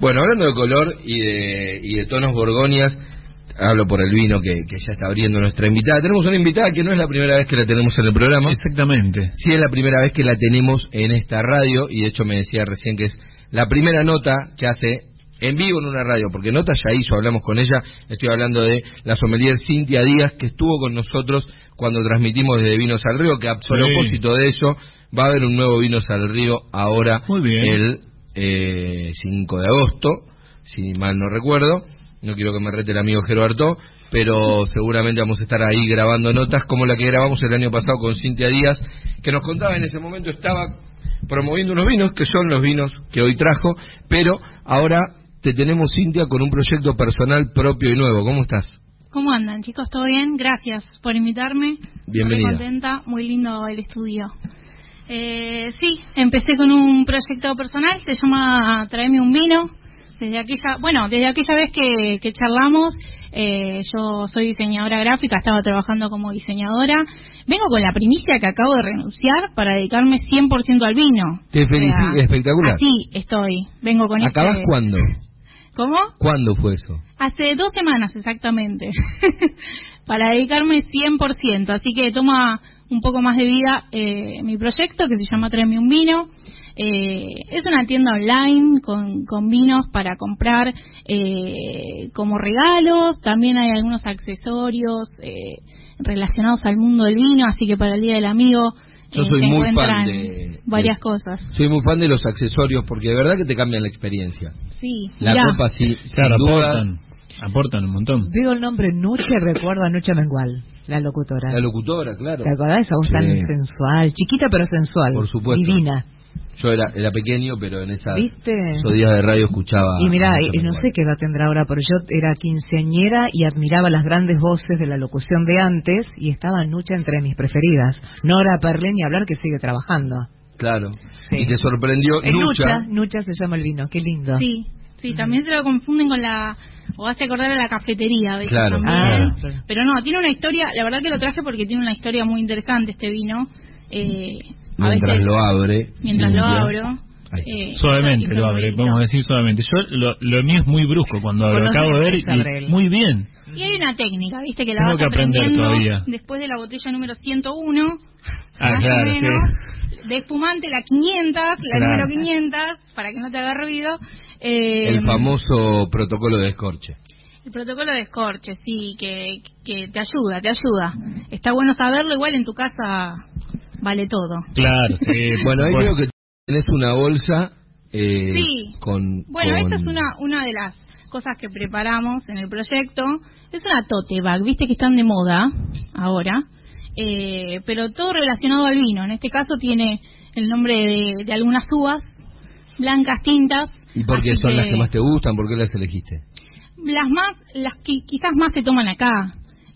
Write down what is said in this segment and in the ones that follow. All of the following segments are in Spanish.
Bueno, hablando de color y de, y de tonos borgonias, hablo por el vino que, que ya está abriendo nuestra invitada. Tenemos una invitada que no es la primera vez que la tenemos en el programa. Exactamente. Sí, es la primera vez que la tenemos en esta radio y de hecho me decía recién que es la primera nota que hace en vivo en una radio, porque nota ya hizo, hablamos con ella, estoy hablando de la sommelier Cintia Díaz que estuvo con nosotros cuando transmitimos desde Vinos al Río, que a propósito de eso va a haber un nuevo Vinos al Río ahora Muy bien. el eh, 5 de agosto, si mal no recuerdo. No quiero que me rete el amigo Gerardo, pero seguramente vamos a estar ahí grabando notas como la que grabamos el año pasado con Cintia Díaz, que nos contaba en ese momento estaba promoviendo unos vinos que son los vinos que hoy trajo, pero ahora te tenemos Cintia con un proyecto personal propio y nuevo. ¿Cómo estás? ¿Cómo andan, chicos? ¿Todo bien? Gracias por invitarme. Bienvenida. Muy contenta, muy lindo el estudio. Eh, sí, empecé con un proyecto personal, se llama Traeme un vino. Desde aquella, bueno, desde aquella vez que, que charlamos, eh, yo soy diseñadora gráfica, estaba trabajando como diseñadora. Vengo con la primicia que acabo de renunciar para dedicarme 100% al vino. Te felicito, espectacular. Sí, estoy. Vengo con ¿Acabas este- cuándo? ¿Cómo? ¿Cuándo fue eso? Hace dos semanas exactamente, para dedicarme 100%, así que toma un poco más de vida eh, mi proyecto que se llama Tráeme un vino. Eh, es una tienda online con, con vinos para comprar eh, como regalos, también hay algunos accesorios eh, relacionados al mundo del vino, así que para el Día del Amigo Yo eh, soy se muy fan encuentran de- varias de- cosas. Soy muy fan de los accesorios porque de verdad que te cambian la experiencia. Sí, La mirá. copa sí, Claro, sin duda, aportan, aportan un montón. Veo el nombre Nucha y recuerdo a Nucha Mengual, la locutora. la locutora, claro. ¿Te acordás de esa voz Sí. tan sensual? Chiquita pero sensual. Por supuesto. Divina. Yo era, era pequeño, pero en esa, ¿Viste? esos días de radio escuchaba. Y mira, a y- eh, Nacho y no Mengual. sé qué edad tendrá ahora, pero yo era quinceañera y admiraba las grandes voces de la locución de antes y estaba Nucha entre mis preferidas. Nora Perlé ni hablar que sigue trabajando. Claro. Sí. Y te sorprendió Es Lucha. Nucha, Nucha se llama el vino, qué lindo. Sí, sí, también se lo confunden con la. O hace acordar a la cafetería, de Claro, también. Ah, claro. Pero no, tiene una historia. La verdad que lo traje porque tiene una historia muy interesante este vino. Eh, a Mientras veces- lo abre. Mientras lo Cintia. abro. Ahí. eh, Suavemente está lo abre, lindo. vamos a decir suavemente. Yo lo, lo mío es muy brusco cuando lo Conocés acabo de ver esa y regla. muy bien. Y hay una técnica, viste, que la Tengo vas que aprender aprendiendo todavía. después de la botella número 101. Ah, más o claro, menos, De espumante, la 500, la Claro. número 500, para que no te haga ruido. Eh, El famoso protocolo de escorche. El protocolo de escorche, sí, que, que te ayuda, te ayuda. Está bueno saberlo, igual en tu casa vale todo. Claro, sí. Bueno, ahí Bueno, creo que tenés una bolsa eh, Sí. con... Bueno, con- esta es una, una de las cosas que preparamos en el proyecto. Es una tote bag, viste que están de moda ahora, eh, pero todo relacionado al vino. En este caso tiene el nombre de, de algunas uvas, blancas tintas. ¿Y por qué así son las que más te gustan? ¿Por qué las elegiste? Las más, las que quizás más se toman acá.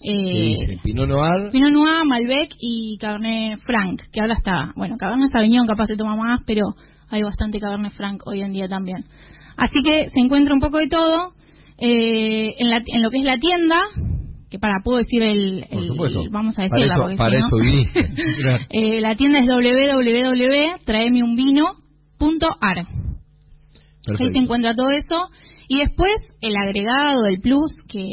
Eh, ¿Qué dice? Pinot Noir. Pinot Noir, Malbec y Cabernet Franc, que ahora está, bueno, Cabernet Sauvignon capaz se toma más, pero hay bastante Cabernet Franc hoy en día también. Así que se encuentra un poco de todo eh, en, la- en lo que es la tienda, que para puedo decir el, Por el- supuesto. vamos a Para decirla eso- porque para si no- eso viniste. claro. Eh, la tienda es www.traemeunvino.ar. Ahí se Perfecto. encuentra todo eso. Y después el agregado, el plus, que,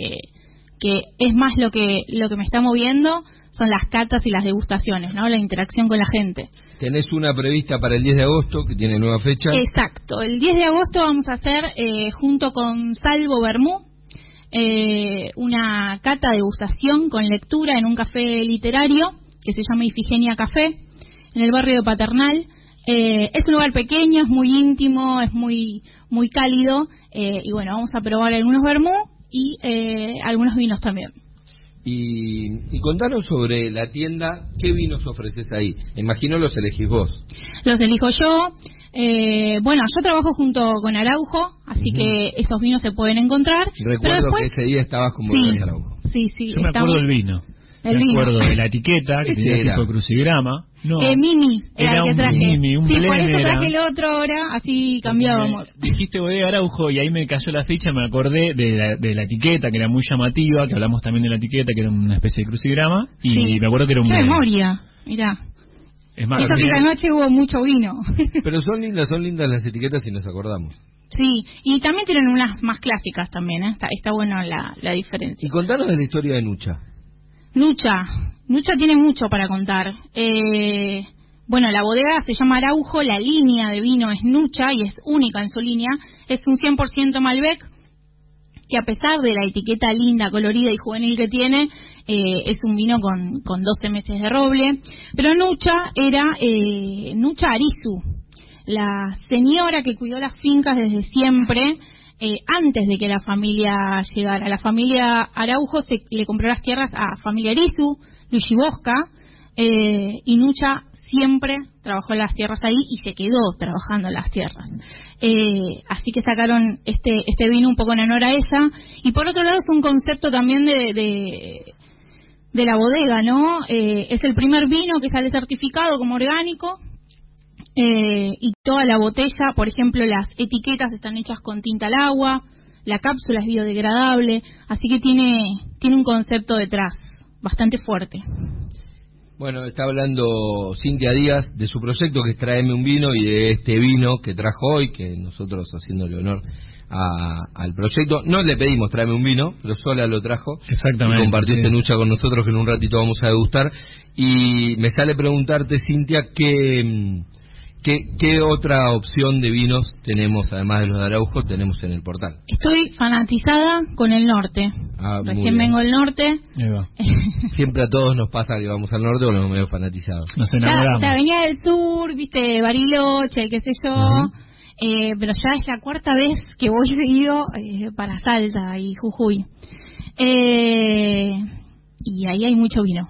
que es más lo que, lo que me está moviendo, son las catas y las degustaciones, ¿no? La interacción con la gente. Tenés una prevista para el 10 de agosto, que tiene nueva fecha. Eh, Exacto. El 10 de agosto vamos a hacer, eh, junto con Salvo Bermú, eh, una cata degustación con lectura en un café literario que se llama Ifigenia Café, en el barrio de Paternal. Eh, es un lugar pequeño, es muy íntimo, es muy, muy cálido. eh, y bueno, vamos a probar algunos vermú y eh, algunos vinos también. Y, y contanos sobre la tienda, ¿qué vinos ofreces ahí? Imagino los elegís vos. los elijo yo. Eh, bueno, yo trabajo junto con Araujo, así Ujú. que esos vinos se pueden encontrar. Recuerdo Pero después- que ese día estabas con sí, Borges Araujo. sí, sí, Yo me estamos- acuerdo del vino. El me vino. acuerdo de la etiqueta, que Ese tenía Este era. tipo de crucigrama. No, Eh, Mimi, era, Era el que un traje. Mimi, un sí, por eso blender, ¿eh? traje el era. otro ahora, así cambiábamos. Me Dijiste bodega Araujo y ahí me cayó la ficha, me acordé de la, de la etiqueta que era muy llamativa, que hablamos también de la etiqueta que era una especie de crucigrama y Sí. me acuerdo que era un ¡Qué blender. memoria! Mirá. Es más, eso que sí, esa noche hubo mucho vino. Pero son lindas, son lindas las etiquetas y nos acordamos. Sí, y también tienen unas más clásicas también, ¿eh? está, está bueno la, la diferencia. Y contanos de la historia de Nucha. Nucha, Nucha tiene mucho para contar. Eh, bueno, la bodega se llama Araujo, la línea de vino es Nucha y es única en su línea. Es un 100% Malbec, que a pesar de la etiqueta linda, colorida y juvenil que tiene, eh, es un vino con, con 12 meses de roble. Pero Nucha era eh, Nucha Arizu, la señora que cuidó las fincas desde siempre, eh, antes de que la familia llegara. La familia Araujo se, le compró las tierras a familia Arizu, Luigi Bosca, eh, y Nucha siempre trabajó en las tierras ahí y se quedó trabajando en las tierras. Eh, así que sacaron este, este vino un poco en honor a ella. Y por otro lado es un concepto también de, de, de la bodega, ¿no? Eh, es el primer vino que sale certificado como orgánico. eh, y toda la botella, por ejemplo, las etiquetas están hechas con tinta al agua, la cápsula es biodegradable, así que tiene, tiene un concepto detrás bastante fuerte. Bueno, está hablando Cintia Díaz de su proyecto que es Traeme un vino y de este vino que trajo hoy, que nosotros haciéndole honor a- al proyecto. No le pedimos Traeme un vino, pero sola lo trajo. Exactamente, Y compartiste sí. Nucha con nosotros que en un ratito vamos a degustar. Y me sale preguntarte, Cintia, ¿qué, mm, qué, qué otra opción de vinos tenemos, además de los de Araujo, tenemos en el portal? Estoy fanatizada con el norte. Ah, muy Recién bien. vengo al norte. Ahí va. Siempre a todos nos pasa que vamos al norte o nos medio fanatizados. Nos Ya, enamoramos. ya venía del sur, viste, Bariloche, qué sé yo. Ajá. Eh, pero ya es la cuarta vez que voy seguido eh, para Salta y Jujuy. Eh, y ahí hay mucho vino.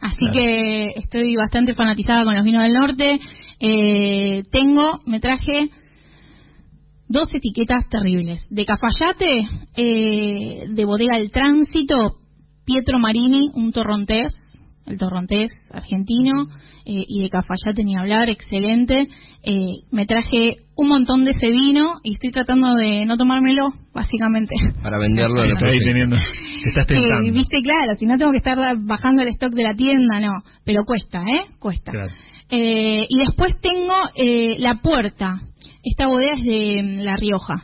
Así Claro. que estoy bastante fanatizada con los vinos del norte. Eh, tengo, me traje dos etiquetas terribles. De Cafayate, eh, de Bodega del Tránsito, Pietro Marini, un torrontés, el torrontés argentino, eh, y de Cafayate ni hablar, excelente. Eh, me traje un montón de ese vino y estoy tratando de no tomármelo, básicamente. Para venderlo en el Está ahí proyecto. teniendo. Te estás Eh, tentando. Viste, claro, si no tengo que estar bajando el stock de la tienda, no, pero cuesta, ¿eh? Cuesta. Claro. Eh, y después tengo eh, La Puerta. Esta bodega es de mm, La Rioja.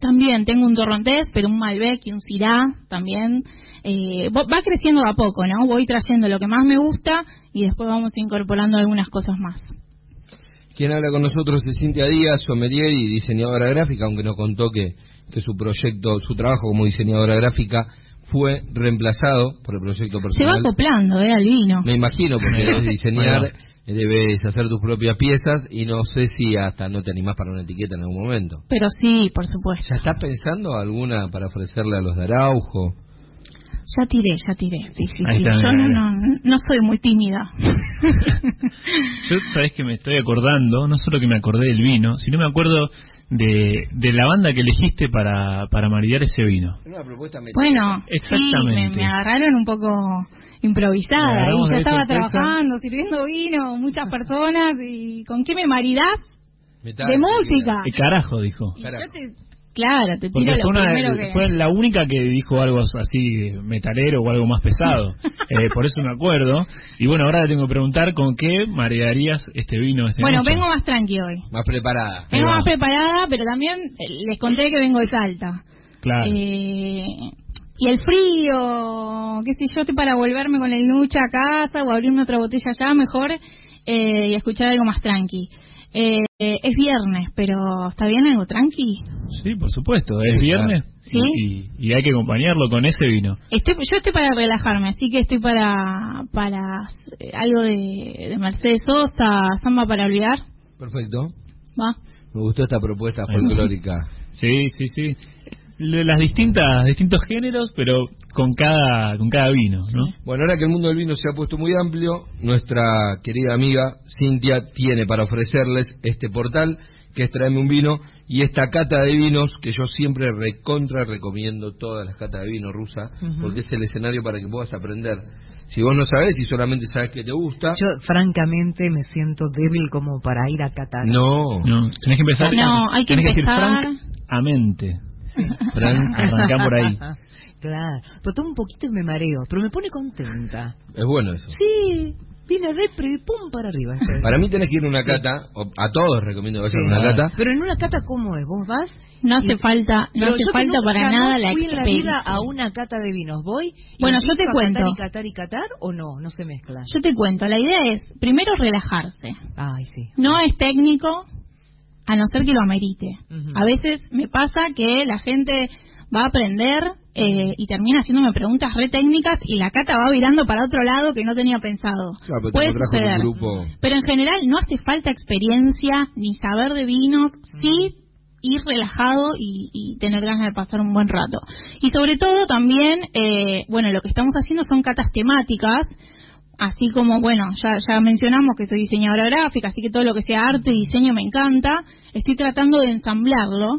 También tengo un Torrontés, pero un Malbec y un Syrah también. Eh, vo- va creciendo de a poco, ¿no? Voy trayendo lo que más me gusta y después vamos incorporando algunas cosas más. Quien habla con nosotros es Cintia Díaz, sommelier y diseñadora gráfica, aunque nos contó que, que su proyecto, su trabajo como diseñadora gráfica fue reemplazado por el proyecto Se va personal. acoplando, ¿eh? Al vino. Me imagino, porque debes diseñar, eh, Bueno. debes hacer tus propias piezas y no sé si hasta no te animás para una etiqueta en algún momento. Pero sí, por supuesto. ¿Ya estás pensando alguna para ofrecerle a los de Araujo? Ya tiré, ya tiré. Sí, sí, Ahí sí. está, mira, Yo no, mira. no- no soy muy tímida. Yo, sabes que me estoy acordando, no solo que me acordé del vino, sino me acuerdo de, de la banda que elegiste para, para maridar ese vino. Una propuesta Bueno, Exactamente. sí, me, me agarraron un poco improvisada Agarramos y ya de estaba sorpresa. trabajando, sirviendo vino, Ah. muchas personas y ¿con qué me maridás? de música. El carajo, dijo. Y Carajo. yo te, claro, te Porque tiro fue, Ah. lo una- primero que... fue la única que dijo algo así metalero o algo más pesado. Eh, por eso me acuerdo. Y bueno, ahora te tengo que preguntar con qué marearías este vino. Este Bueno, noche. vengo más tranqui hoy. Más preparada. Ahí Vengo va. más preparada, pero también eh, les conté que vengo de Salta. Claro. Eh, y el frío, qué sé yo, estoy para volverme con el nucha a casa o abrirme otra botella allá, mejor, eh, y escuchar algo más tranqui. Eh, eh, es viernes, pero ¿está bien algo tranqui? Sí, por supuesto. Es Sí, claro. viernes Sí. y, y hay que acompañarlo con ese vino. Estoy, yo estoy para relajarme, así que estoy para para eh, algo de, de Mercedes Sosa, Samba para olvidar, Perfecto. va. Me gustó esta propuesta Ahí va. folclórica. Sí, sí, sí. Le- Las distintas, distintos géneros, pero con cada, con cada vino, ¿no? Bueno, ahora que el mundo del vino se ha puesto muy amplio, nuestra querida amiga Cintia tiene para ofrecerles este portal que es Traeme un vino y esta cata de vinos que yo siempre recontra recomiendo todas las catas de vino rusa Ujú. porque es el escenario para que puedas aprender. Si vos no sabés y solamente sabés que te gusta, Yo francamente me siento débil como para ir a Qatar. no, No, tenés que empezar. No, hay que tenés empezar. decir francamente. Fran, Arrancá por ahí. Ah, Claro, pero tomo un poquito y me mareo, pero me pone contenta. es bueno eso. Sí, Vine depre y pum para arriba. Para mí tenés que ir a una cata, o a todos recomiendo que vayan a una Ah. cata. Pero en una cata, ¿cómo es? ¿Vos vas? No y- hace falta, no Pero hace yo que falta nunca- para no nada la fui en la vida experiencia. a una cata de vinos. ¿Voy? y Bueno, yo empiezo te a cuento. Catar y catar y catar o no? No se mezcla. Yo te cuento, la idea es primero relajarse. Ay, sí. No es técnico, a no ser que lo amerite. Ujú. A veces me pasa que la gente va a aprender eh, y termina haciéndome preguntas re técnicas y la cata va virando para otro lado que no tenía pensado. Claro, Ah, pero te Puede encontrás con un suceder. grupo. Pero en general no hace falta experiencia ni saber de vinos, sí ir relajado y, y tener ganas de pasar un buen rato. Y sobre todo también, eh, bueno, lo que estamos haciendo son catas temáticas, así como, bueno, ya, ya mencionamos que soy diseñadora gráfica, así que todo lo que sea arte y diseño me encanta, estoy tratando de ensamblarlo.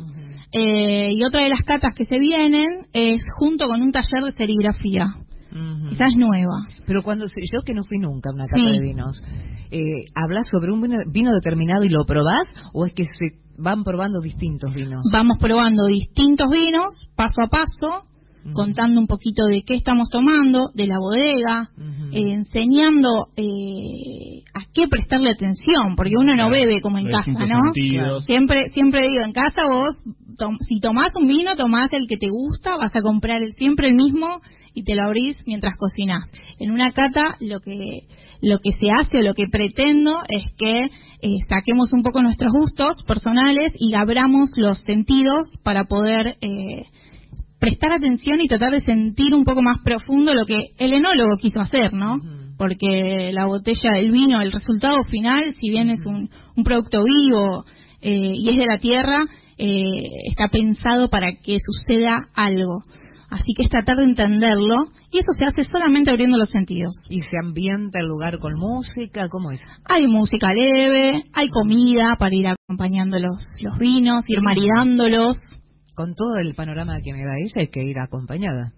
Eh, y otra de las catas que se vienen es junto con un taller de serigrafía, Ujú. esa es nueva. Pero cuando se- yo que no fui nunca a una cata Sí. de vinos, eh, ¿hablas sobre un vino, vino determinado y lo probás o es que se van probando distintos vinos? Vamos probando distintos vinos, paso a paso, Ujú. contando un poquito de qué estamos tomando, de la bodega, Ujú. eh, enseñando eh, a qué prestarle atención, porque uno no Claro, bebe como en los casa, distintos ¿no? sentidos. Siempre, siempre digo, en casa vos, tom- si tomás un vino, tomás el que te gusta, vas a comprar el, siempre el mismo y te lo abrís mientras cocinás. En una cata lo que lo que se hace o lo que pretendo es que eh, saquemos un poco nuestros gustos personales y abramos los sentidos para poder eh, prestar atención y tratar de sentir un poco más profundo lo que el enólogo quiso hacer, ¿no? Ujú. Porque la botella, el vino, el resultado final, si bien es un, un producto vivo eh, y es de la tierra, eh, está pensado para que suceda algo. Así que es tratar de entenderlo y eso se hace solamente abriendo los sentidos. ¿Y se ambienta el lugar con música? ¿Cómo es? Hay música leve, hay comida para ir acompañando los, los vinos, ir maridándolos. Con todo el panorama que me da ella hay que ir acompañada.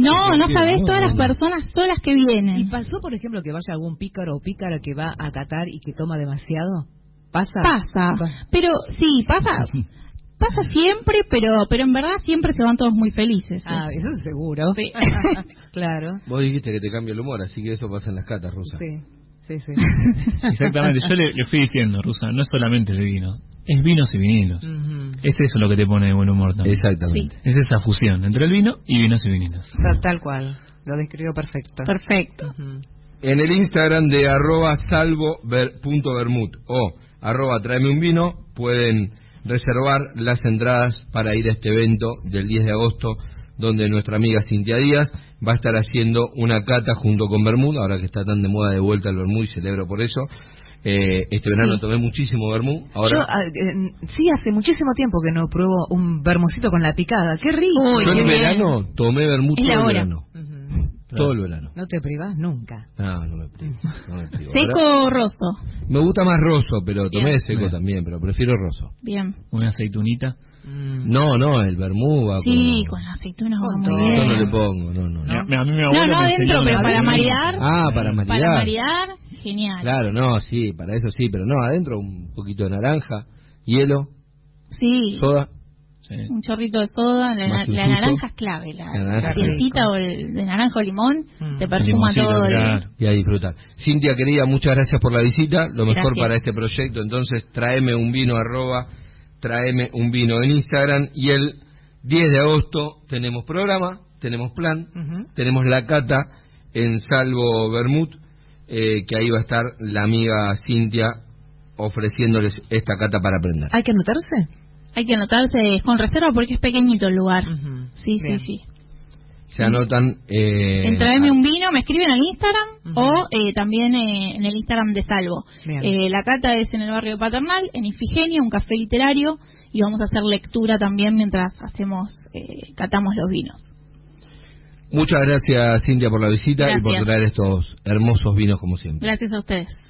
No, no sabes todas las personas solas que ¿Y vienen. pasó, por ejemplo, que vaya algún pícaro o pícara que va a catar y que toma demasiado? ¿Pasa? Pasa, Va- pero sí, pasa. Pasa siempre, pero pero en verdad siempre se van todos muy felices. ¿eh? Ah, eso es seguro. Sí. claro. Vos dijiste que te cambia el humor, así que eso pasa en las catas rusas. Sí, sí, sí. Exactamente, yo le, le fui diciendo, Rusa, no es solamente el vino, es vinos y vinilos. Ujú. Es eso lo que te pone de buen humor también. Exactamente. Es esa fusión entre el vino y vinos y vinilos. Ta- Tal cual. Lo describió perfecto. Perfecto. Ujú. En el Instagram de arroba salvo ver- punto vermut o arroba tráeme un vino pueden reservar las entradas para ir a este evento del 10 de agosto donde nuestra amiga Cintia Díaz va a estar haciendo una cata junto con Bermud, ahora que está tan de moda de vuelta el Bermud y celebro por eso. Eh, este verano tomé muchísimo Bermud, Yo, ahora ah, eh, sí, hace muchísimo tiempo que no pruebo un vermosito con la picada. ¡Qué rico! Uy, yo en qué bien. verano tomé Bermud Es la todo el hora. verano, Ujú. todo el verano. No te privás nunca. No, no me privo, no me privo. Ahora- Seco o roso. Me gusta más roso, pero tomé Bien. seco Bien. también, pero prefiero roso. Bien. Una aceitunita. Mm. No, no, el vermú va Sí, con... con la aceituna Con va todo. muy Yo no le bien. pongo, no, no. no. Me- A mí mi No, abuelo no me enseñó adentro, una pero para aceitunita. maridar, Ah, para maridar. para maridar, genial. Claro, no, sí, para eso sí, pero no, adentro un poquito de naranja, hielo, Sí, soda. Sí. un chorrito de soda, la, Más un la jugo. naranja es clave, la, La naranja. la pielcita o el de naranja o limón, Mm. te perfuma Limoncito, todo. ¿eh? el- claro. Y a disfrutar. Cintia, querida, muchas gracias por la visita. Lo mejor Gracias. para este proyecto. Entonces, traeme un vino, arroba, traeme un vino en Instagram. Y el 10 de agosto tenemos programa, tenemos plan, Ujú. tenemos la cata en Salvo Bermud, eh, que ahí va a estar la amiga Cintia ofreciéndoles esta cata para aprender. ¿Hay que anotarse? Hay que anotarse es con reserva porque es pequeñito el lugar. Ujú. Sí, Mm. Bien. sí, sí. Se anotan. Eh, En Traeme un vino, me escriben al Instagram ah. Ujú. o eh, también eh, en el Instagram de Salvo. Bien. Eh, la cata es en el barrio Paternal, en Ifigenia, un café literario, y vamos a hacer lectura también mientras hacemos, eh, catamos los vinos. Muchas gracias, Cintia, por la visita y por Gracias. traer estos hermosos vinos como siempre. Gracias a ustedes.